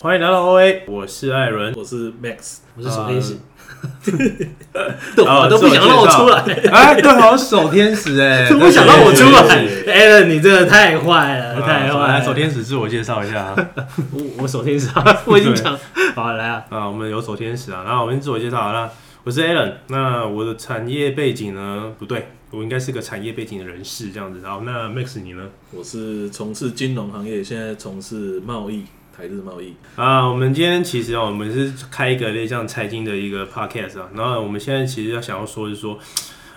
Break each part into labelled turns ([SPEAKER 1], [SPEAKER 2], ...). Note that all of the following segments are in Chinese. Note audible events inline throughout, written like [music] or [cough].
[SPEAKER 1] 欢迎来到 OA，我是艾伦。
[SPEAKER 2] 我是 Max，
[SPEAKER 3] 我是手天使，对，我都不想
[SPEAKER 1] 啊自
[SPEAKER 3] 让
[SPEAKER 1] 我
[SPEAKER 3] 我
[SPEAKER 1] 介绍
[SPEAKER 3] 出来，
[SPEAKER 1] 哎，对，好像守天使哎，
[SPEAKER 3] [laughs] 都不想让我出来
[SPEAKER 1] 对。哎
[SPEAKER 3] Alan，你真的太坏了，太坏
[SPEAKER 1] 来，
[SPEAKER 3] 了！
[SPEAKER 1] 守天使自我介绍一下啊。
[SPEAKER 3] 我，我手天使啊，我已经讲好来啊，
[SPEAKER 1] 啊，我们有守天使啊，然后我先自我介绍啊，那我是 Alan，那我的产业背景呢？不对，我应该是个产业背景的人士这样子。然后那 Max 你呢？
[SPEAKER 2] 我是从事金融行业，现在从事贸易，台日贸易。
[SPEAKER 1] 啊，我们今天其实啊，我们是开一个类似像财经的一个 podcast 啊，然后我们现在其实要想要说是说，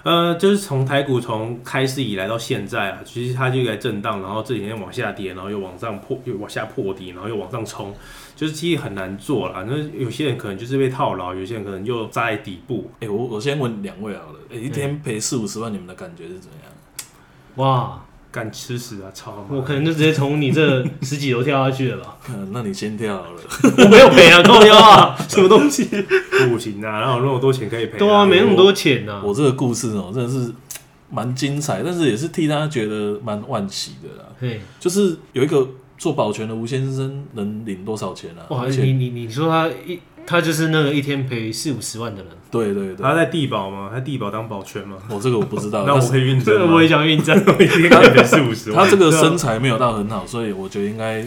[SPEAKER 1] 呃，就是从台股从开始以来到现在啊，其实它就在震荡，然后这几天往下跌，然后又往上破，又往下破底，然后又往上冲，就是其实很难做啦。那有些人可能就是被套牢，有些人可能又扎在底部，
[SPEAKER 2] 哎、我我先问两位好了，哎、一
[SPEAKER 1] 嗯
[SPEAKER 2] 天赔四五十万，你们的感觉是怎么样？
[SPEAKER 3] 哇，
[SPEAKER 1] 干吃屎啊，操他妈！
[SPEAKER 3] 我可能就直接从你这十几楼跳下去了吧？
[SPEAKER 2] 呃 [laughs] 那你先跳好了。
[SPEAKER 3] 我没有赔啊，靠腰啊，什么东西？
[SPEAKER 1] 不行啊，哪有那么多钱可以赔、
[SPEAKER 3] 对啊，没那么多钱呐。
[SPEAKER 2] 我这个故事哦、真的是蛮精彩，但是也是替他觉得蛮惋惜的啦。
[SPEAKER 3] 嘿，
[SPEAKER 2] 就是有一个做保全的吴先生能领多少钱啊？
[SPEAKER 3] 哇，
[SPEAKER 2] 而
[SPEAKER 3] 你
[SPEAKER 2] 且
[SPEAKER 3] 你你说他一，他就是那个一天赔四五十万的人，
[SPEAKER 2] 对对对，
[SPEAKER 1] 他在地保吗？他地保当保全吗？
[SPEAKER 2] 我这个我不知道，
[SPEAKER 1] 啊 [laughs] 那我
[SPEAKER 2] 但是
[SPEAKER 1] 可以运
[SPEAKER 3] 这
[SPEAKER 1] 证
[SPEAKER 3] 个
[SPEAKER 1] 吗？
[SPEAKER 3] 呃 [laughs] 我也想运证。
[SPEAKER 1] 一天可以赔四五十万。
[SPEAKER 2] 他这个
[SPEAKER 1] 对啊
[SPEAKER 2] 身材没有到很好，所以我觉得应该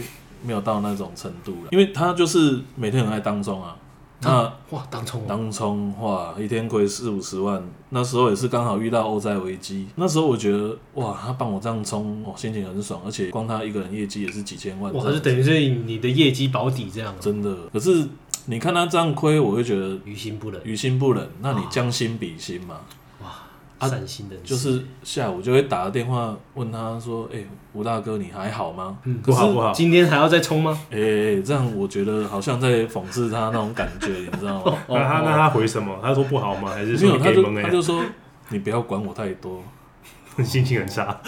[SPEAKER 2] 没有到那种程度了，因为他就是每天很爱当中啊。那
[SPEAKER 3] 哇，当冲啊，
[SPEAKER 2] 当冲哇，一天亏四五十万，那时候也是刚好遇到欧债危机。那时候我觉得哇，他帮我这样冲，我、心情很爽，而且光他一个人业绩也是几千万，
[SPEAKER 3] 哇，
[SPEAKER 2] 这
[SPEAKER 3] 就
[SPEAKER 2] 样
[SPEAKER 3] 等于是你的业绩保底这样啊，
[SPEAKER 2] 真的。可是你看他这样亏，我会觉得
[SPEAKER 3] 于心不忍，
[SPEAKER 2] 于心不忍。那你将心比心嘛，
[SPEAKER 1] 嗯
[SPEAKER 2] 啊
[SPEAKER 3] 善心人士
[SPEAKER 2] 就是下午就会打个电话问他说：“哎、吴大哥，你还好吗？”
[SPEAKER 3] 嗯
[SPEAKER 2] 可
[SPEAKER 1] 不
[SPEAKER 2] 是
[SPEAKER 1] 好不好，
[SPEAKER 3] 今天还要再冲吗？
[SPEAKER 2] 哎、这样我觉得好像在讽刺他那种感觉，你知道
[SPEAKER 1] [laughs]
[SPEAKER 2] 吗？
[SPEAKER 1] 那他那他回什么？他说不好吗？还是
[SPEAKER 2] 哦没
[SPEAKER 1] 说
[SPEAKER 2] 有，
[SPEAKER 1] 你
[SPEAKER 2] 他
[SPEAKER 1] 给
[SPEAKER 2] 就
[SPEAKER 1] 蒙
[SPEAKER 2] 他就说你不要管我太多，
[SPEAKER 1] 哎？ [laughs] 心情很
[SPEAKER 2] [laughs]
[SPEAKER 1] 差。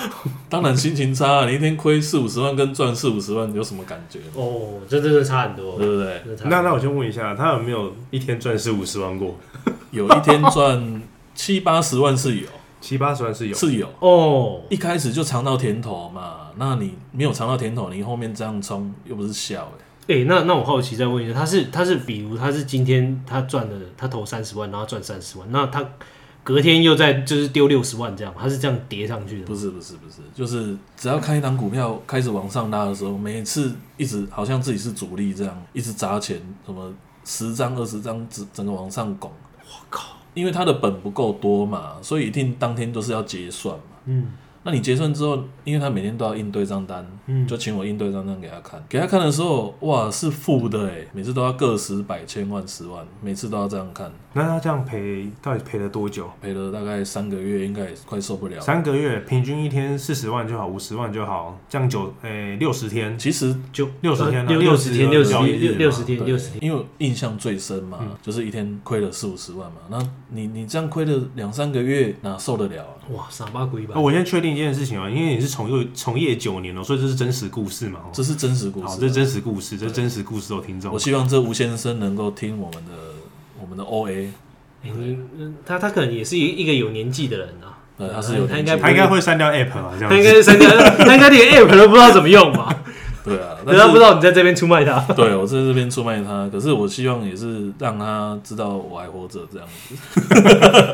[SPEAKER 2] 当然心情差、啊，你一天亏四五十万跟赚四五十万有什么感觉？
[SPEAKER 3] 哦，这真的差很多，
[SPEAKER 2] 对不对？
[SPEAKER 3] 真的差很多
[SPEAKER 1] 那那我就问一下，他有没有一天赚四五十万过？
[SPEAKER 2] 有一天赚七八十万是有，
[SPEAKER 1] 七八十万是有。
[SPEAKER 2] 是有。
[SPEAKER 3] 哦，
[SPEAKER 2] 一开始就尝到甜头嘛，那你没有尝到甜头，你后面这样冲又不是笑哎、
[SPEAKER 3] 哎、那那我好奇再问一下，他是他是比如他是今天他赚了他投三十万，然后赚三十万，那他隔天又在就是丢六十万这样，他是这样叠上去的吗，
[SPEAKER 2] 不是不是不是，就是只要看一档股票开始往上拉的时候，每次一直好像自己是主力这样，一直砸钱，什么十张二十张，整整个往上拱。我靠！因为他的本不够多嘛，所以一定当天都是要结算嘛。
[SPEAKER 3] 嗯，
[SPEAKER 2] 那你结算之后，因为他每天都要印对账单，
[SPEAKER 3] 嗯
[SPEAKER 2] 就请我印对账单给他看。给他看的时候，哇，是负的哎，每次都要个十、百、千、万、十万，每次都要这样看，
[SPEAKER 1] 那他这样赔到底赔了多久？
[SPEAKER 2] 赔了大概三个月，应该也快受不了了。
[SPEAKER 1] 三个月，平均一天四十万就好，五十万就好，这样九诶六十天，
[SPEAKER 2] 其实
[SPEAKER 3] 就呃
[SPEAKER 1] 60天啊
[SPEAKER 3] 六六十天，六
[SPEAKER 1] 60
[SPEAKER 3] 十
[SPEAKER 1] 交易
[SPEAKER 3] 天，
[SPEAKER 1] 日
[SPEAKER 3] 六
[SPEAKER 1] 嘛
[SPEAKER 3] 六十天，
[SPEAKER 2] 对
[SPEAKER 3] 六十天，嗯
[SPEAKER 2] 因为我印象最深嘛，就是一天亏了四五十万嘛。那你你这样亏了两三个月，哪受得了啊？
[SPEAKER 3] 哇，傻八鬼吧
[SPEAKER 1] 哦那、，我先确定一件事情啊，因为你是从业从业九年了、哦所以这是真实故事嘛。哦
[SPEAKER 2] 这是真实故
[SPEAKER 1] 好，
[SPEAKER 2] 事。
[SPEAKER 1] 这是真实故事，这是真实故事哦，听众
[SPEAKER 2] 我。希望这吴先生能够听我们的我们的 O A，
[SPEAKER 3] 哎你嗯他他可能也是一一个有年纪的人啊，
[SPEAKER 2] 对他呃是有
[SPEAKER 3] 他应
[SPEAKER 2] 年纪
[SPEAKER 3] 该
[SPEAKER 2] 的
[SPEAKER 1] 他应该会删掉 app 啊，这样
[SPEAKER 3] 他应
[SPEAKER 1] 子。
[SPEAKER 3] 该是三个，他应该连 app 都不知道怎么用吧，
[SPEAKER 2] 对
[SPEAKER 3] [laughs]
[SPEAKER 2] 啊，但
[SPEAKER 3] 对
[SPEAKER 2] 是
[SPEAKER 3] 他不知道你在这边出卖他，
[SPEAKER 2] [laughs] 对我在这边出卖他，可是我希望也是让他知道我还活着这样子。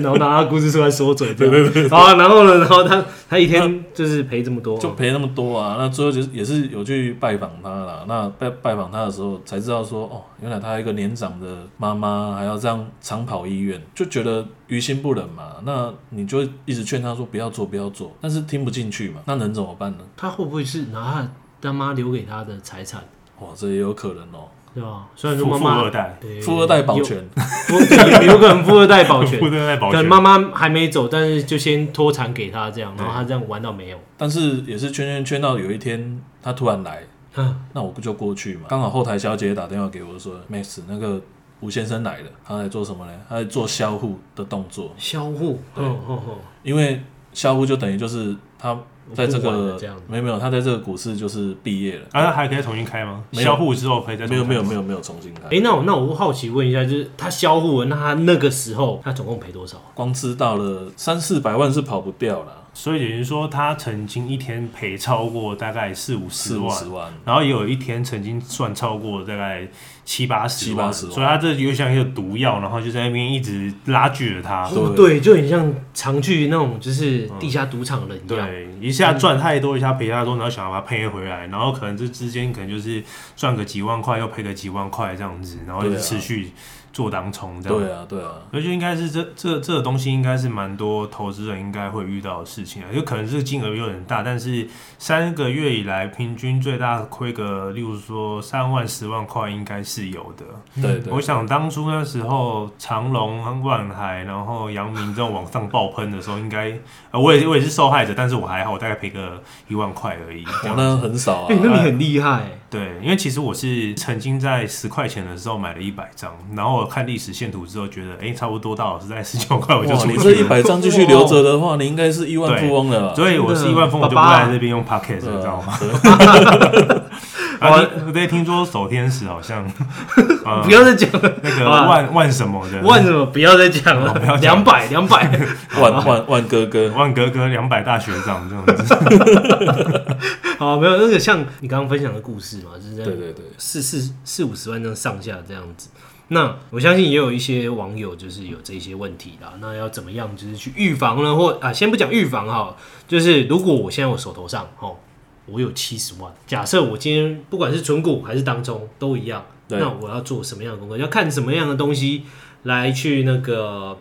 [SPEAKER 3] 然后拿他故事出来说嘴，对对对，啊，然后呢，然后他他一天就是赔这么多，
[SPEAKER 2] 就赔那么多啊。那最后就是也是有去拜访他啦。那拜拜访他的时候才知道说，哦，原来他一个年长的妈妈还要这样长跑医院，就觉得于心不忍嘛。那你就一直劝他说不要做，不要做，但是听不进去嘛。那能怎么办呢？
[SPEAKER 3] 他会不会是拿他他妈留给他的财产，
[SPEAKER 2] 哇，这也有可能哦、
[SPEAKER 3] 对吧？虽然说
[SPEAKER 1] 富
[SPEAKER 3] 妈
[SPEAKER 1] 富
[SPEAKER 3] 妈
[SPEAKER 1] 二代，
[SPEAKER 3] 对
[SPEAKER 2] 富二代保全，
[SPEAKER 3] 有，富对有有可 [laughs] 能富二代保
[SPEAKER 1] [laughs]
[SPEAKER 3] 全
[SPEAKER 1] 富，二代保
[SPEAKER 3] 可能
[SPEAKER 1] 全。
[SPEAKER 3] 妈妈还没走，但是就先脱产给他这样，然后他这样玩到没有，
[SPEAKER 2] 但是也是圈圈圈到有一天他突然来，
[SPEAKER 3] 哼
[SPEAKER 2] 那我不就过去嘛？刚好后台小姐打电话给我说，Max 那个吴先生来了，他在做什么呢？他在做销户的动作。
[SPEAKER 3] 销户，
[SPEAKER 2] 对
[SPEAKER 3] 哦哦
[SPEAKER 2] 因为销户就等于就是他在这
[SPEAKER 3] 不玩了
[SPEAKER 2] 个
[SPEAKER 3] 这样子
[SPEAKER 2] 没有没有，他在这个股市就是毕业了，
[SPEAKER 1] 啊，那还可以重新开吗？
[SPEAKER 2] 没有
[SPEAKER 1] 销户之后可以再
[SPEAKER 2] 没有没有没
[SPEAKER 1] 有，
[SPEAKER 2] 有没有重新开
[SPEAKER 3] 哎、，那我那我好奇问一下，就是他销户了，那他那个时候他总共赔多少？
[SPEAKER 2] 光知道了三四百万是跑不掉了，
[SPEAKER 1] 所以等于说他曾经一天赔超过大概四五十
[SPEAKER 2] 四
[SPEAKER 1] 万
[SPEAKER 2] 五，十万，
[SPEAKER 1] 然后也有一天曾经算超过大概七八十
[SPEAKER 2] 七
[SPEAKER 1] 万
[SPEAKER 2] 八十万
[SPEAKER 1] 所以他这就像一个毒药，然后就在那边一直拉锯着他。
[SPEAKER 2] 对
[SPEAKER 3] 哦，对，嗯就很像常去那种就是地下赌场人一
[SPEAKER 2] 啊
[SPEAKER 3] 样。
[SPEAKER 1] 对，一下赚太多，一下赔太多，然后想要把它赔回来，然后可能这之间可能就是赚个几万块，又赔个几万块这样子，然后就
[SPEAKER 2] 对啊
[SPEAKER 1] 持续做当冲这样。
[SPEAKER 2] 对啊对啊，
[SPEAKER 1] 我觉得应该是这这这个东西，应该是蛮多投资人应该会遇到的事情啊。就可能这个金额有点大，但是三个月以来平均最大的亏个，例如说三万、十万块，应该是有的。
[SPEAKER 2] 对对
[SPEAKER 1] 我，想当初那时候长隆、万海，然后阳明这种往上爆喷的时候，应该、呃、我也我也是受害者，但是我还好，我大概赔个一万块而
[SPEAKER 2] [laughs]
[SPEAKER 1] 已。这
[SPEAKER 2] 我
[SPEAKER 1] 样
[SPEAKER 2] 那很少啊
[SPEAKER 3] 哎、，那你很厉害、欸，
[SPEAKER 1] 对，因为其实我是曾经在十块钱的时候买了一百张，然后我看历史线图之后觉得，哎、差不多到了是在十九块我就
[SPEAKER 2] 哇，
[SPEAKER 1] 出
[SPEAKER 2] 你这
[SPEAKER 1] 去
[SPEAKER 2] 一
[SPEAKER 1] 了，
[SPEAKER 2] 百张继续留着的话，你应该是亿万
[SPEAKER 1] 对
[SPEAKER 2] 富翁了吧？
[SPEAKER 1] 所以我是一万封，我就不
[SPEAKER 3] 爸爸
[SPEAKER 1] 在这边用 Pocket，你
[SPEAKER 2] 对啊
[SPEAKER 1] 知道吗？
[SPEAKER 2] 对
[SPEAKER 1] 啊，听对，听说守天使好像呃
[SPEAKER 3] 不要再讲了，
[SPEAKER 1] 那个
[SPEAKER 3] 好吧
[SPEAKER 1] 万万什么的
[SPEAKER 3] 万什哦么不要再讲了，两百两 [laughs] 百，
[SPEAKER 2] 万万万哥哥，
[SPEAKER 1] 万格格两百大学长这样子，
[SPEAKER 3] 好，没有那个像你刚刚分享的故事嘛，就是这
[SPEAKER 2] 对
[SPEAKER 3] 样
[SPEAKER 2] 对对，
[SPEAKER 3] 四四四五十万这样上下这样子。那我相信也有一些网友就是有这些问题啦，那要怎么样就是去预防呢？或啊，先不讲预防哈，就是如果我现在我手头上哦，我有七十万，假设我今天不管是存股还是当中都一样，
[SPEAKER 2] 对
[SPEAKER 3] 那我要做什么样的功课？要看什么样的东西来去那个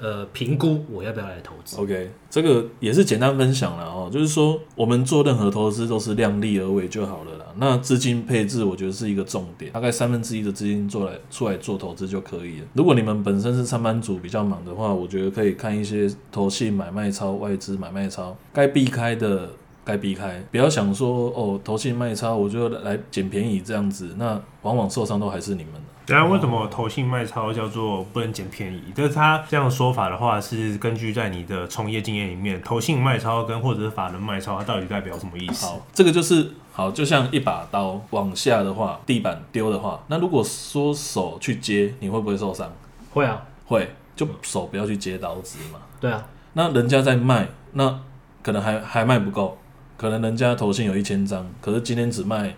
[SPEAKER 3] 呃评估我要不要来投资？
[SPEAKER 2] OK，这个也是简单分享了哦，就是说我们做任何投资都是量力而为就好了啦。那资金配置我觉得是一个重点，大概三分之一的资金做来出来做投资就可以了。如果你们本身是上班族比较忙的话，我觉得可以看一些投信买卖超、外资买卖超，该避开的。该避开，不要想说哦，投信卖超，我就来捡便宜这样子，那往往受伤都还是你们啊
[SPEAKER 1] 然后为什么投信卖超叫做不能捡便宜？但是它这样说法的话，是根据在你的从业经验里面，投信卖超跟或者是法人卖超，它到底代表什么意思？
[SPEAKER 2] 好，这个就是好，就像一把刀往下的话，地板丢的话，那如果说手去接，你会不会受伤？
[SPEAKER 3] 会啊，
[SPEAKER 2] 会，就手不要去接刀子嘛。
[SPEAKER 3] 对啊，
[SPEAKER 2] 那人家在卖，那可能还还卖不够，可能人家投信有一千张，可是今天只卖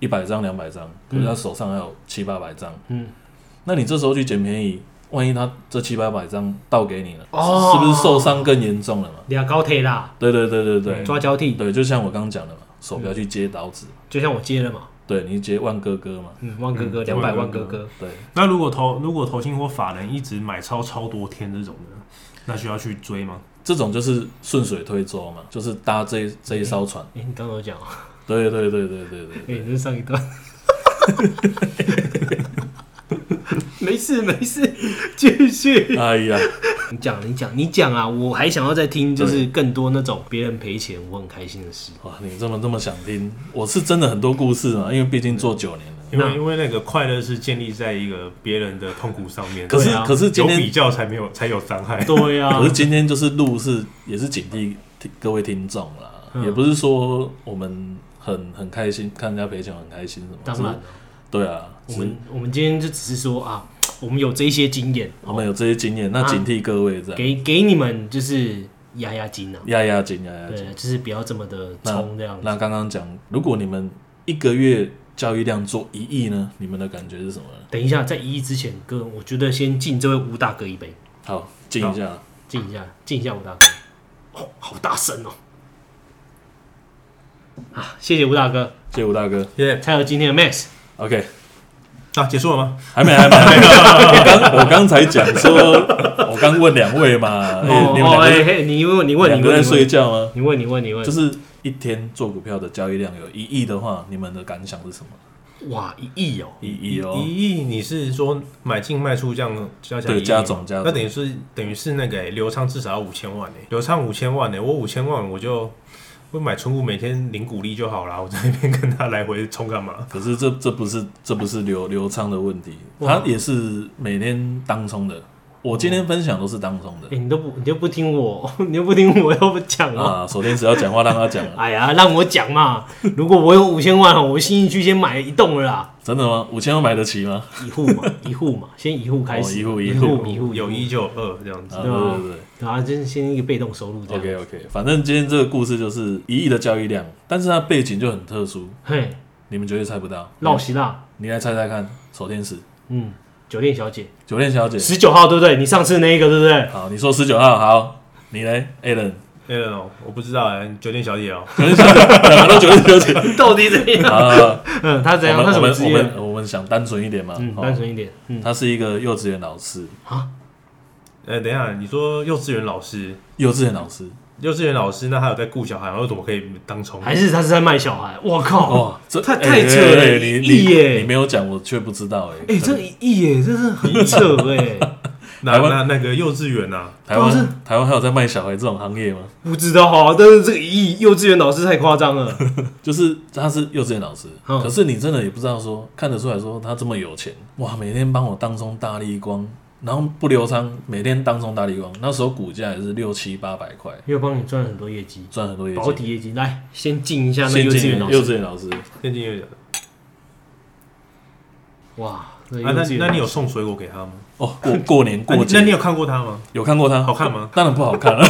[SPEAKER 2] 一百张、两百张，可是他手上还有七八百张。
[SPEAKER 3] 嗯，
[SPEAKER 2] 那你这时候去捡便宜，万一他这七八百张倒给你了，
[SPEAKER 3] 哦
[SPEAKER 2] 是不是受伤更严重了嘛？
[SPEAKER 3] 俩高铁啦，
[SPEAKER 2] 对对对对对，
[SPEAKER 3] 抓交替，
[SPEAKER 2] 对，就像我刚刚讲的嘛，手不要去接刀子。
[SPEAKER 3] 就像我接了嘛，
[SPEAKER 2] 对你接万哥哥嘛，
[SPEAKER 3] 嗯，万哥哥
[SPEAKER 1] 嗯
[SPEAKER 3] 两百万
[SPEAKER 1] 万
[SPEAKER 3] 哥
[SPEAKER 1] 哥
[SPEAKER 3] 哥
[SPEAKER 1] 哥，
[SPEAKER 2] 对，
[SPEAKER 1] 那如果投如果投信或法人一直买超超多天这种呢，那需要去追吗？
[SPEAKER 2] 这种就是顺水推舟嘛，就是搭这一这一艘船。
[SPEAKER 3] 哎、你刚刚有讲哦，
[SPEAKER 2] 对对对对对
[SPEAKER 3] 哎、
[SPEAKER 2] 对，
[SPEAKER 3] 这是上一段。 [laughs] 没事没事，继续。
[SPEAKER 2] 哎呀，
[SPEAKER 3] 你讲你讲你讲啊！我还想要再听，就是更多那种别人赔钱我很开心的事。
[SPEAKER 2] 哇，你这么这么想听，我是真的很多故事啊，因为毕竟做九年了。
[SPEAKER 1] 因
[SPEAKER 3] 那
[SPEAKER 1] 为因为那个快乐是建立在一个别人的痛苦上面，
[SPEAKER 2] 可是、
[SPEAKER 3] 对啊
[SPEAKER 2] 可是今
[SPEAKER 1] 有比
[SPEAKER 2] 天
[SPEAKER 1] 较才没有才有伤害。 [laughs]
[SPEAKER 3] 对啊呀、
[SPEAKER 2] 可是今天就是路是也是警惕听各位听众啦，
[SPEAKER 3] 嗯
[SPEAKER 2] 也不是说我们很很开心，看人家赔钱很开心什么，
[SPEAKER 3] 当
[SPEAKER 2] 只是
[SPEAKER 3] 然了，
[SPEAKER 2] 对啊，
[SPEAKER 3] 我
[SPEAKER 2] 只是
[SPEAKER 3] 们我们今天就只是说啊，我们有这一些经验，
[SPEAKER 2] 我们有这些经验，那
[SPEAKER 3] 啊
[SPEAKER 2] 警惕各位这样
[SPEAKER 3] 给给你们就是压压惊啊，
[SPEAKER 2] 压压惊压压惊
[SPEAKER 3] 对，。就是不要这么的冲这样子。
[SPEAKER 2] 那刚刚讲，如果你们一个月交易量做一亿呢，你们的感觉是什么呢？
[SPEAKER 3] 等一下，在一亿之前，哥，我觉得先敬这位吴大哥一杯，
[SPEAKER 2] 好，静一下，
[SPEAKER 3] 敬一下，敬一下吴大哥。哦，好大声哦！啊，谢谢吴大哥，
[SPEAKER 2] 谢谢吴大哥。
[SPEAKER 1] 耶、
[SPEAKER 3] 才有今天的 Max。
[SPEAKER 2] OK，
[SPEAKER 1] 啊，结束了吗？
[SPEAKER 2] 还没，还没，还没。我刚 [laughs] 我刚才讲说，我刚问两位嘛，哎、
[SPEAKER 3] 哦
[SPEAKER 2] 你们
[SPEAKER 3] 哦，
[SPEAKER 2] 两个
[SPEAKER 3] 哎、嘿，你问，你问，
[SPEAKER 2] 两
[SPEAKER 3] 你
[SPEAKER 2] 个在
[SPEAKER 3] 问，你
[SPEAKER 2] 睡
[SPEAKER 3] 问，
[SPEAKER 2] 觉吗？
[SPEAKER 3] 你问，你问，你问，
[SPEAKER 2] 就是一天做股票的交易量有一亿的话，你们的感想是什么？
[SPEAKER 3] 哇，一亿哦，
[SPEAKER 2] 一亿哦，
[SPEAKER 1] 一亿，你是说买进卖出这样加起来
[SPEAKER 2] 对
[SPEAKER 1] 一亿
[SPEAKER 2] 加
[SPEAKER 1] 吗
[SPEAKER 2] 总加总
[SPEAKER 1] 那等于是等于是那个、欸、刘畅至少要五千万呢、欸刘畅五千万呢、我五千万我就我买存股每天领股利就好啦，我在那边跟他来回冲干嘛？
[SPEAKER 2] 可是这这不是这不是流流畅的问题，他也是每天当冲的，我今天分享都是当中
[SPEAKER 3] 哎、
[SPEAKER 2] 的
[SPEAKER 3] 你都不你都不听我， [laughs] 你都不听我，都不讲哦。
[SPEAKER 2] 啊。首先只要讲话让他讲，啊
[SPEAKER 3] [laughs] 哎呀，让我讲嘛！如果我有五千万，我新一区先买一栋了啦，
[SPEAKER 2] 真的吗？五千万买得起吗？
[SPEAKER 3] 一户嘛， [laughs] 一户嘛，先一户开
[SPEAKER 2] 哦
[SPEAKER 3] 始，
[SPEAKER 2] 一户
[SPEAKER 3] 一
[SPEAKER 2] 一户
[SPEAKER 3] 一户
[SPEAKER 1] 有一就有二这样子。
[SPEAKER 2] 啊，
[SPEAKER 3] 对啊
[SPEAKER 2] 对对对。
[SPEAKER 3] 对啊，就是先一个被动收入这样。
[SPEAKER 2] OK OK，反正今天这个故事就是一亿的交易量，但是它背景就很特殊，
[SPEAKER 3] 嘿，
[SPEAKER 2] 你们绝对猜不到。
[SPEAKER 3] 绕希腊，
[SPEAKER 2] 你来猜猜看，守天使
[SPEAKER 3] 嗯，酒店小姐，
[SPEAKER 2] 酒店小姐，
[SPEAKER 3] 十九号对不对？你上次那一个对不对？
[SPEAKER 2] 好，你说十九号，好，你嘞 a l a n
[SPEAKER 1] 哎呦，我不知道哎，酒店小姐哦，
[SPEAKER 2] 两个都九点九点。
[SPEAKER 3] [laughs] 到底怎样？
[SPEAKER 2] 啊，
[SPEAKER 3] 嗯，他怎样？
[SPEAKER 2] 我
[SPEAKER 3] 他什
[SPEAKER 2] 们
[SPEAKER 3] 么
[SPEAKER 2] 我们
[SPEAKER 3] 职
[SPEAKER 2] 我
[SPEAKER 3] 业？
[SPEAKER 2] 们我们想单纯一点嘛，
[SPEAKER 3] 嗯，
[SPEAKER 2] 哦
[SPEAKER 3] 单纯一点，嗯，
[SPEAKER 2] 他是一个幼稚园老师，
[SPEAKER 1] 哎，等一下，你说幼稚园老师，
[SPEAKER 2] 幼稚园老师，
[SPEAKER 1] 幼稚园老师，那他有在顾小孩吗，我怎么可以当宠物？
[SPEAKER 3] 还是他是在卖小孩？我靠！
[SPEAKER 2] 哇，这
[SPEAKER 3] 哦太
[SPEAKER 2] 哎
[SPEAKER 3] 太扯
[SPEAKER 2] 哎
[SPEAKER 3] 了
[SPEAKER 2] 哎你你
[SPEAKER 3] 一亿耶
[SPEAKER 2] 你没有讲，我却不知道哎。
[SPEAKER 3] 哎，这一亿耶，这是很扯哎， [laughs]
[SPEAKER 1] 那
[SPEAKER 2] 台湾
[SPEAKER 1] 那那个幼稚园啊，
[SPEAKER 2] 台湾台湾还有在卖小孩这种行业吗？
[SPEAKER 3] 不知道啊，但是这个一亿，幼稚园老师太夸张了。
[SPEAKER 2] 就是他是幼稚园老师，
[SPEAKER 3] 嗯
[SPEAKER 2] 可是你真的也不知道说看得出来说他这么有钱哇，每天帮我当中大力光，然后不留仓，每天当中大力光，那时候股价也是六七八百块，
[SPEAKER 3] 又帮你赚很多业绩，
[SPEAKER 2] 赚很多业
[SPEAKER 3] 保
[SPEAKER 2] 绩。
[SPEAKER 3] 底业绩。来，先进一下哦那
[SPEAKER 2] 先
[SPEAKER 3] 幼稚
[SPEAKER 2] 进
[SPEAKER 3] 园老
[SPEAKER 2] 幼
[SPEAKER 3] 师。
[SPEAKER 2] 稚园老师，
[SPEAKER 1] 现金有奖。
[SPEAKER 3] 哇，那幼
[SPEAKER 1] 啊，那
[SPEAKER 3] 稚园
[SPEAKER 1] 那你有送水果给他吗？
[SPEAKER 2] 哦，过过年
[SPEAKER 1] 那
[SPEAKER 2] 过
[SPEAKER 1] 你那
[SPEAKER 2] 节
[SPEAKER 1] 你有看过他
[SPEAKER 3] [laughs]
[SPEAKER 1] 吗？
[SPEAKER 2] 有看过他？
[SPEAKER 1] 好看吗？
[SPEAKER 2] 当然不好看了，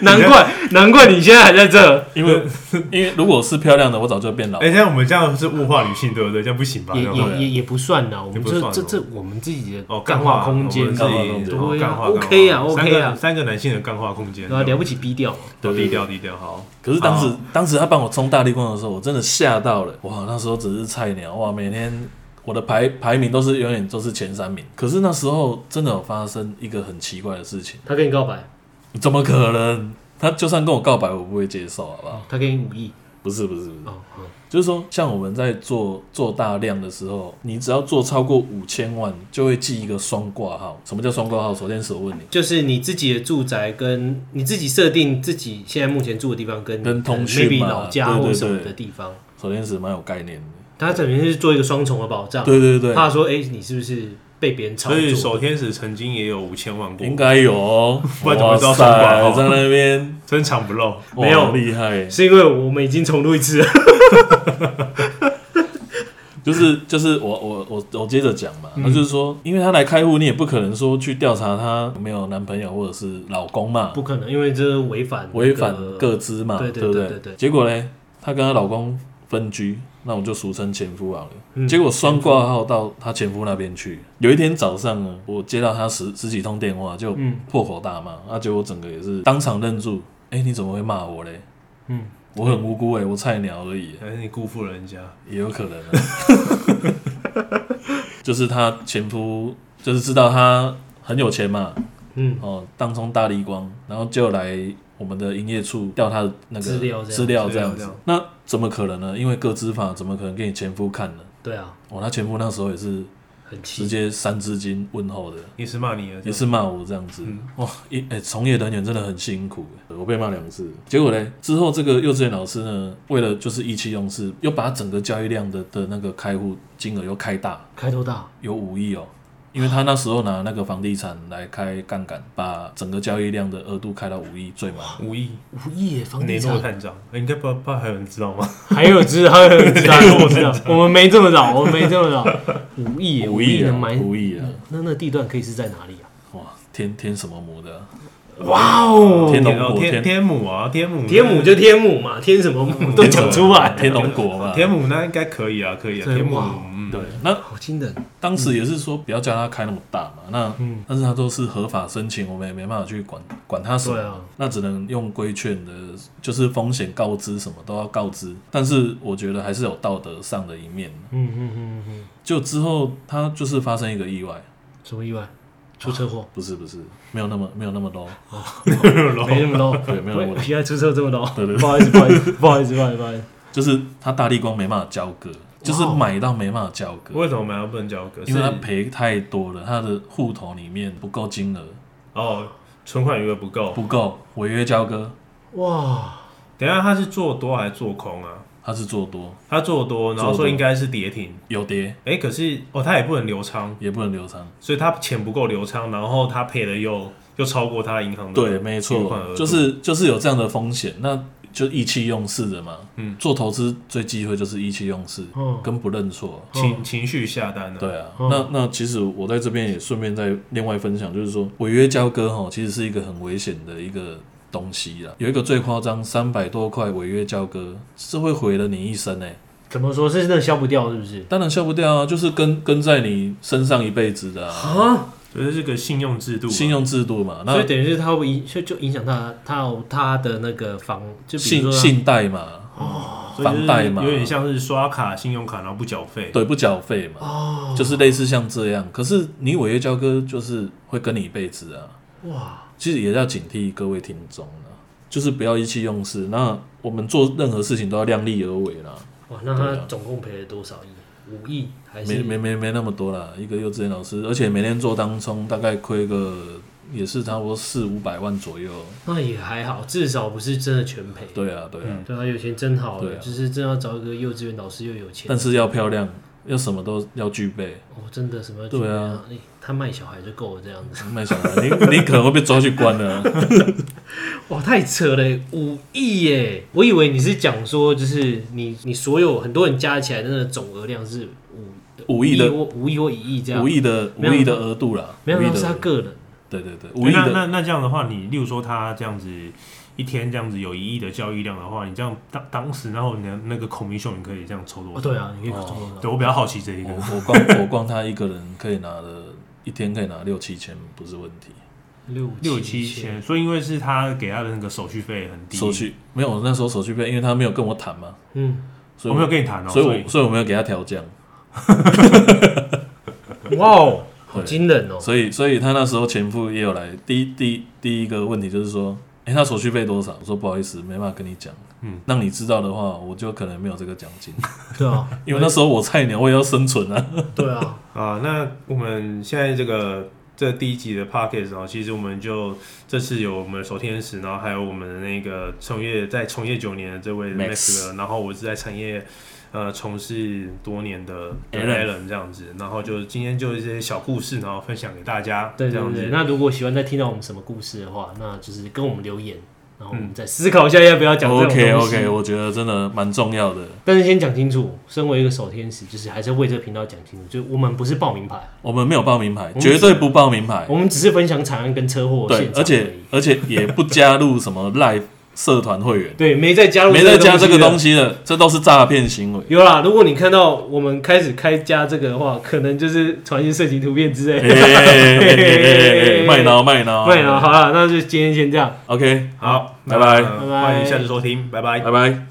[SPEAKER 3] 难怪难怪你现在还在这，
[SPEAKER 2] 因为因为如果是漂亮的，我早就变老
[SPEAKER 1] 哎，。现在我们这样是物化女性，对不对？这样不行吧？
[SPEAKER 3] 哎也
[SPEAKER 1] 这样
[SPEAKER 3] 也也也不算啦。我
[SPEAKER 1] 也
[SPEAKER 3] 们
[SPEAKER 1] 不
[SPEAKER 3] 这
[SPEAKER 1] 算
[SPEAKER 3] 这
[SPEAKER 1] 哦
[SPEAKER 3] 这我们自己的
[SPEAKER 1] 哦，
[SPEAKER 3] 干
[SPEAKER 1] 话
[SPEAKER 3] 化空
[SPEAKER 1] 我
[SPEAKER 3] 间
[SPEAKER 1] 们，自
[SPEAKER 2] 干话
[SPEAKER 1] 己
[SPEAKER 2] 空间
[SPEAKER 1] 对
[SPEAKER 3] 对啊
[SPEAKER 1] 干话
[SPEAKER 3] OK 啊
[SPEAKER 1] 干话
[SPEAKER 3] OK
[SPEAKER 1] 三
[SPEAKER 3] 啊
[SPEAKER 1] 个三个男性的干话空间，
[SPEAKER 3] 对啊，啊了不起低调嘛。
[SPEAKER 1] 对
[SPEAKER 2] 对
[SPEAKER 1] 低调低调好。
[SPEAKER 2] 可是当
[SPEAKER 1] 哦
[SPEAKER 2] 时当时他帮我冲大力光的时候，我真的吓到了。哇，那时候只是菜鸟哇，每天我的排排名都是永远都是前三名。可是那时候真的有发生一个很奇怪的事情，
[SPEAKER 3] 他跟你告白，
[SPEAKER 2] 怎么可能？他就算跟我告白，我不会接受，好不好？
[SPEAKER 3] 他给你五亿
[SPEAKER 2] 不是不是不是，
[SPEAKER 3] 哦，好
[SPEAKER 2] 就是说，像我们在做做大量的时候，你只要做超过五千万，就会记一个双挂号。什么叫双挂号？首先是我问你，
[SPEAKER 3] 就是你自己的住宅跟你自己设定自己现在目前住的地方跟
[SPEAKER 2] 跟
[SPEAKER 3] 你
[SPEAKER 2] 通
[SPEAKER 3] 可能
[SPEAKER 2] 讯
[SPEAKER 3] maybe
[SPEAKER 2] 嘛
[SPEAKER 3] 老家
[SPEAKER 2] 对对
[SPEAKER 3] 或什么
[SPEAKER 2] 对
[SPEAKER 3] 的地方，
[SPEAKER 2] 首先是蛮有概念的。
[SPEAKER 3] 他等于是做一个双重的保障，
[SPEAKER 2] 对对对，
[SPEAKER 3] 怕说哎你是不是被别人炒
[SPEAKER 1] 所以
[SPEAKER 3] 作？
[SPEAKER 1] 守天使曾经也有五千万过
[SPEAKER 2] 应，该有哦，
[SPEAKER 1] [laughs] 不然怎么知道
[SPEAKER 2] 哇
[SPEAKER 1] 双挂号
[SPEAKER 2] 塞在那边
[SPEAKER 1] 真藏不露。
[SPEAKER 2] 哇
[SPEAKER 3] 没有
[SPEAKER 2] 厉害，
[SPEAKER 3] 是因为我们已经重录一次了。
[SPEAKER 2] 就是就是我我我我接着讲嘛，
[SPEAKER 3] 嗯
[SPEAKER 2] 那、就是说，因为他来开户，你也不可能说去调查他有没有男朋友或者是老公嘛，
[SPEAKER 3] 不可能，因为这违反那个
[SPEAKER 2] 违反各自嘛，
[SPEAKER 3] 对对
[SPEAKER 2] 不
[SPEAKER 3] 对对对
[SPEAKER 2] 结果呢，她跟她老公分居，那我们就俗称前夫好了。
[SPEAKER 3] 嗯
[SPEAKER 2] 结果双挂号到她前夫那边去。有一天早上呢，我接到她十十几通电话，就
[SPEAKER 3] 嗯
[SPEAKER 2] 破口大骂，啊那、结果我整个也是当场愣住。哎、你怎么会骂我嘞？
[SPEAKER 3] 嗯，
[SPEAKER 2] 我很无辜哎、我菜鸟而已、
[SPEAKER 1] 但是你辜负了人家，
[SPEAKER 2] 也有可能、啊， [laughs] 就是她前夫就是知道她很有钱嘛，
[SPEAKER 3] 嗯，
[SPEAKER 2] 哦，当冲大力光，然后就来我们的营业处调他的那个
[SPEAKER 3] 资料这样
[SPEAKER 2] 资料这样
[SPEAKER 1] 资
[SPEAKER 2] 子
[SPEAKER 1] 料。
[SPEAKER 2] 那怎么可能呢？因为各资法怎么可能给你前夫看呢？
[SPEAKER 3] 对啊，
[SPEAKER 2] 哦，他前夫那时候也是
[SPEAKER 3] 很
[SPEAKER 2] 直
[SPEAKER 3] 气，
[SPEAKER 2] 接三字经问候的，
[SPEAKER 1] 也是骂你了，
[SPEAKER 2] 也是骂我这样子。
[SPEAKER 3] 嗯
[SPEAKER 2] 哇、一哎、从业人员真的很辛苦，我被骂两次。结果嘞，之后这个幼稚园老师呢，为了就是意气用事，又把整个交易量的的那个开户金额又开大，
[SPEAKER 3] 开头大，
[SPEAKER 2] 有五亿哦，因为他那时候拿那个房地产来开杠杆，把整个交易量的额度开到五亿最满。
[SPEAKER 1] 无意
[SPEAKER 3] 无亿耶房
[SPEAKER 1] 雷
[SPEAKER 3] 地
[SPEAKER 1] 诺
[SPEAKER 2] [laughs]
[SPEAKER 3] 产，
[SPEAKER 1] 探长，哎应该不不还有人知道吗？
[SPEAKER 3] 还有知还有人知道，我知
[SPEAKER 2] [laughs]
[SPEAKER 3] 道，我们没这么早，我们没这么早，五亿耶，
[SPEAKER 2] 五
[SPEAKER 3] 亿
[SPEAKER 2] 亿啊
[SPEAKER 3] 能买，
[SPEAKER 2] 五亿啊！
[SPEAKER 3] 那那地段可以是在哪里啊？
[SPEAKER 2] 哇，天天什么母的啊、
[SPEAKER 3] 哇哦，
[SPEAKER 2] 天龙
[SPEAKER 1] 哦
[SPEAKER 2] 国
[SPEAKER 1] 天
[SPEAKER 2] 天
[SPEAKER 1] 天母啊，天母
[SPEAKER 3] 天母就天母嘛，天什么母都讲出来，
[SPEAKER 2] 嗯天龙国嘛。
[SPEAKER 1] 天母那应该可以啊，可以啊，
[SPEAKER 3] 对
[SPEAKER 1] 天母
[SPEAKER 3] 哇
[SPEAKER 1] 嗯
[SPEAKER 2] 对，那
[SPEAKER 3] 好惊人，
[SPEAKER 2] 当时也是说不要叫他开那么大嘛，那、
[SPEAKER 3] 嗯
[SPEAKER 2] 但是他都是合法申请，我们也没办法去管管他什么，
[SPEAKER 3] 对啊
[SPEAKER 2] 那只能用规劝的，就是风险告知什么都要告知，但是我觉得还是有道德上的一面。
[SPEAKER 3] 嗯嗯嗯嗯，
[SPEAKER 2] 就之后他就是发生一个意外，
[SPEAKER 3] 什么意外？嗯出车祸？
[SPEAKER 2] 不是不是，没有那么没有那么 low，
[SPEAKER 3] 没那么 low，
[SPEAKER 2] 对没有那
[SPEAKER 3] [laughs]
[SPEAKER 2] 么 low
[SPEAKER 3] 现在出车这么
[SPEAKER 2] 对
[SPEAKER 3] low，
[SPEAKER 2] 对
[SPEAKER 3] 不好意思，不好意思，不好意思，不好意思不好意思，
[SPEAKER 2] 就是他大力光没办法交割，就是买到没办法交割，
[SPEAKER 1] 为什么我们要不能交割？
[SPEAKER 2] 因为他
[SPEAKER 1] 是
[SPEAKER 2] 赔太多了，他的户头里面不够金额，
[SPEAKER 1] 哦，存款余额不够。
[SPEAKER 2] 不够违约交割，
[SPEAKER 3] 哇。
[SPEAKER 1] 等一下他是做多还是做空啊？
[SPEAKER 2] 它是做多，
[SPEAKER 1] 他做多，然后
[SPEAKER 2] 做
[SPEAKER 1] 说
[SPEAKER 2] 多
[SPEAKER 1] 应该是跌停，
[SPEAKER 2] 有跌
[SPEAKER 1] 哎，可是哦，他也不能留仓，
[SPEAKER 2] 也不能留仓。
[SPEAKER 1] 所以他钱不够留仓，然后他配的又又超过他银
[SPEAKER 3] 嗯
[SPEAKER 1] 行的
[SPEAKER 2] 对，没
[SPEAKER 1] 兑换额度
[SPEAKER 2] 错，就是就是有这样的风险，那就意气用事的嘛。嗯，做投资最忌讳就是意气用事，
[SPEAKER 3] 哦
[SPEAKER 2] 跟不认错。
[SPEAKER 1] 情情绪下单的，
[SPEAKER 2] 对啊，那那其实我在这边也顺便再另外分享，就是说违约交割哈，其实是一个很危险的一个东西啦。有一个最夸张，三百多块违约交割是会毁了你一生哎、
[SPEAKER 3] 怎么说？是真的消不掉，是不是？
[SPEAKER 2] 当然消不掉啊，就是跟跟在你身上一辈子的啊，
[SPEAKER 3] 啊，
[SPEAKER 1] 所以这是个信用制度啊，
[SPEAKER 2] 信用制度嘛，
[SPEAKER 3] 所以
[SPEAKER 2] 那
[SPEAKER 3] 等于是它会影，就就影响他他他的那个房，就比如
[SPEAKER 2] 信
[SPEAKER 3] 说他
[SPEAKER 2] 信贷嘛，
[SPEAKER 1] 所以就是
[SPEAKER 2] 房贷嘛
[SPEAKER 1] 有点像是刷卡、信用卡然后不缴费，
[SPEAKER 2] 对，不缴费嘛，
[SPEAKER 3] 哦
[SPEAKER 2] 就是类似像这样。可是你违约交割就是会跟你一辈子啊，
[SPEAKER 3] 哇，
[SPEAKER 2] 其实也要警惕各位听众啊，就是不要意气用事。那我们做任何事情都要量力而为啦，
[SPEAKER 3] 哇，那
[SPEAKER 2] 对
[SPEAKER 3] 他
[SPEAKER 2] 啊
[SPEAKER 3] 总共赔了多少亿？五亿还
[SPEAKER 2] 没
[SPEAKER 3] 是
[SPEAKER 2] 没没没那么多啦，一个幼稚园老师，而且每天做当冲大概亏个也是差不多四五百万左右。
[SPEAKER 3] 那也还好，至少不是真的全赔。
[SPEAKER 2] 对啊，对啊，
[SPEAKER 3] 对啊，有钱真好
[SPEAKER 2] 对
[SPEAKER 3] 了，
[SPEAKER 2] 啊
[SPEAKER 3] 就是真要找一个幼稚园老师又有钱
[SPEAKER 2] 但，是要漂亮，要什么都要具备。
[SPEAKER 3] 哦，真的什么
[SPEAKER 2] 对啊，
[SPEAKER 3] 哎他卖小孩就够了这样子，
[SPEAKER 2] 卖小孩，你你可能会被抓去关了。 [laughs]
[SPEAKER 3] 哇，太扯了，五亿耶！我以为你是讲说，就是你你所有很多人加起来的那个总额量是五
[SPEAKER 2] 五亿的
[SPEAKER 3] 或五亿或一亿这样，
[SPEAKER 2] 五亿的
[SPEAKER 3] 没
[SPEAKER 2] 无
[SPEAKER 3] 有
[SPEAKER 2] 意的额度啦，
[SPEAKER 3] 没有，
[SPEAKER 2] 无意
[SPEAKER 3] 那
[SPEAKER 2] 的
[SPEAKER 3] 是他个人，
[SPEAKER 2] 对对对，
[SPEAKER 1] 对
[SPEAKER 2] 无意
[SPEAKER 1] 那
[SPEAKER 2] 的
[SPEAKER 1] 那那这样的话，你例如说他这样子一天这样子有一亿的交易量的话，你这样当当时然后你的那个孔明秀你可以这样抽多
[SPEAKER 3] 哦，
[SPEAKER 1] 少？
[SPEAKER 3] 对哦啊，你可以
[SPEAKER 2] 哦
[SPEAKER 3] 做到
[SPEAKER 1] 对我比较好奇这一个
[SPEAKER 2] 我，我光 [laughs] 我光他一个人可以拿的，一天可以拿六七千不是问题。
[SPEAKER 3] 六
[SPEAKER 1] 六七千，，所以因为是他给他的那个手续费很低，
[SPEAKER 2] 手续没有，那时候手续费，因为他没有跟我谈嘛，
[SPEAKER 3] 嗯，
[SPEAKER 2] 所
[SPEAKER 1] 我
[SPEAKER 2] 以
[SPEAKER 1] 没有跟你谈哦，
[SPEAKER 2] 所以
[SPEAKER 1] 所以
[SPEAKER 2] 我所以我没有给他调降，
[SPEAKER 3] 哇哦，好
[SPEAKER 2] 对
[SPEAKER 3] 惊人哦，
[SPEAKER 2] 所以所以他那时候前夫也有来，第一第一第一个问题就是说，哎、他手续费多少？我说不好意思，没办法跟你讲，嗯，让你知道的话，我就可能没有这个奖金，
[SPEAKER 3] 对啊，
[SPEAKER 2] 因为那时候我菜鸟，我也要生存啊。
[SPEAKER 3] 对啊，
[SPEAKER 1] 啊，那我们现在这个这第一集的 p o c k e t 啊，其实我们就这次有我们的守天使，然后还有我们的那个从业在从业九年的这位
[SPEAKER 2] Max
[SPEAKER 1] Max，哥然后我是在产业。呃，从事多年的
[SPEAKER 2] Alan
[SPEAKER 1] Alan 这样子，然后就今天就一些小故事，然后分享给大家，
[SPEAKER 3] 对
[SPEAKER 1] 这
[SPEAKER 3] 对
[SPEAKER 1] 样
[SPEAKER 3] 对。
[SPEAKER 1] 子。
[SPEAKER 3] 那如果喜欢再听到我们什么故事的话，那就是跟我们留言，然后我们再思考一下要不要讲这种东西。
[SPEAKER 2] OK OK，我觉得真的蛮重要的。
[SPEAKER 3] 但是先讲清楚，身为一个守天使，就是还是要为这个频道讲清楚，就是我们不是报名牌，
[SPEAKER 2] 我们没有报名牌，
[SPEAKER 3] 我们
[SPEAKER 2] 绝对不报名牌。
[SPEAKER 3] 我们只是分享惨案跟车祸
[SPEAKER 2] 对，
[SPEAKER 3] 现场
[SPEAKER 2] 而
[SPEAKER 3] 而
[SPEAKER 2] 且
[SPEAKER 3] 已
[SPEAKER 2] 而且也不加入什么 Live 社团会员，
[SPEAKER 3] 对没再加入
[SPEAKER 2] 没再加这个
[SPEAKER 3] 的
[SPEAKER 2] 东。西的，这都是诈骗行为。
[SPEAKER 3] 有啦，如果你看到我们开始开加这个的话，可能就是传一些色情图片之类
[SPEAKER 2] 哎
[SPEAKER 3] 的。
[SPEAKER 2] 哎哎哎卖脑卖脑
[SPEAKER 3] 对了，好了，那就今天先这样。
[SPEAKER 2] ，OK，
[SPEAKER 1] 好，
[SPEAKER 2] 拜拜
[SPEAKER 1] 那呃欢迎下次收听，拜拜
[SPEAKER 2] 拜。拜。